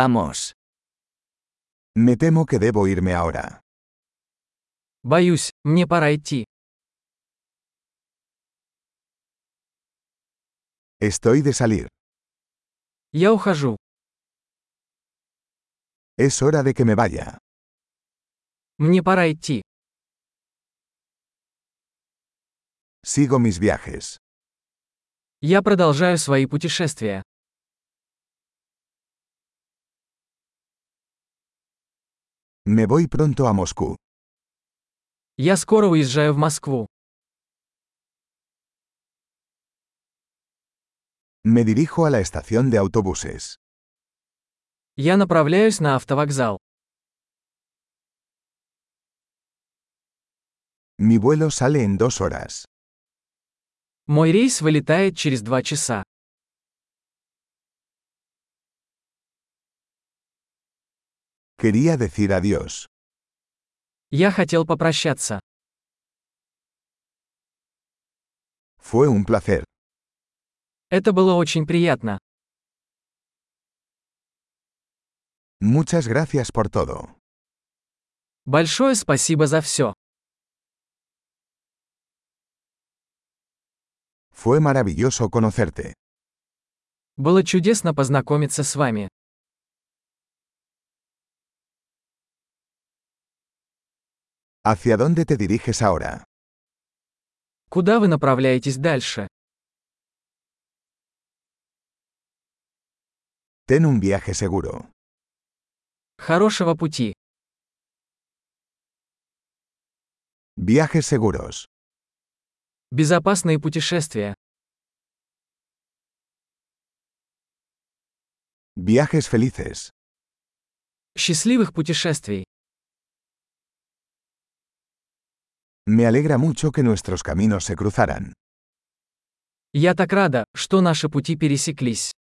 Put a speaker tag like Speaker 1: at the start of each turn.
Speaker 1: Vamos.
Speaker 2: Me temo que debo irme ahora.
Speaker 3: Боюсь, мне пора идти.
Speaker 2: Estoy de salir.
Speaker 3: Я ухожу.
Speaker 2: Es hora de que me vaya.
Speaker 3: Мне пора идти.
Speaker 2: Sigo mis viajes.
Speaker 3: Я продолжаю свои путешествия.
Speaker 2: Me voy pronto a Moscú.
Speaker 3: Я скоро уезжаю в Москву.
Speaker 2: Me dirijo a la estación de autobuses.
Speaker 3: Я направляюсь на автовокзал.
Speaker 2: Mi vuelo sale en dos horas.
Speaker 3: Мой рейс вылетает через два часа.
Speaker 2: Quería decir adiós.
Speaker 3: Я хотел попрощаться.
Speaker 2: Fue un placer.
Speaker 3: Это было очень приятно.
Speaker 2: Muchas gracias por todo.
Speaker 3: Большое спасибо за все.
Speaker 2: Fue maravilloso conocerte.
Speaker 3: Было чудесно познакомиться с вами.
Speaker 2: ¿Hacia dónde te diriges ahora?
Speaker 3: Куда вы направляетесь дальше?
Speaker 2: Ten un viaje seguro.
Speaker 3: Хорошего пути.
Speaker 2: Viajes seguros.
Speaker 3: Безопасные путешествия.
Speaker 2: Viajes felices.
Speaker 3: Счастливых путешествий.
Speaker 2: Me alegra mucho que nuestros caminos se cruzaran.
Speaker 3: Я так рада, что наши пути пересеклись.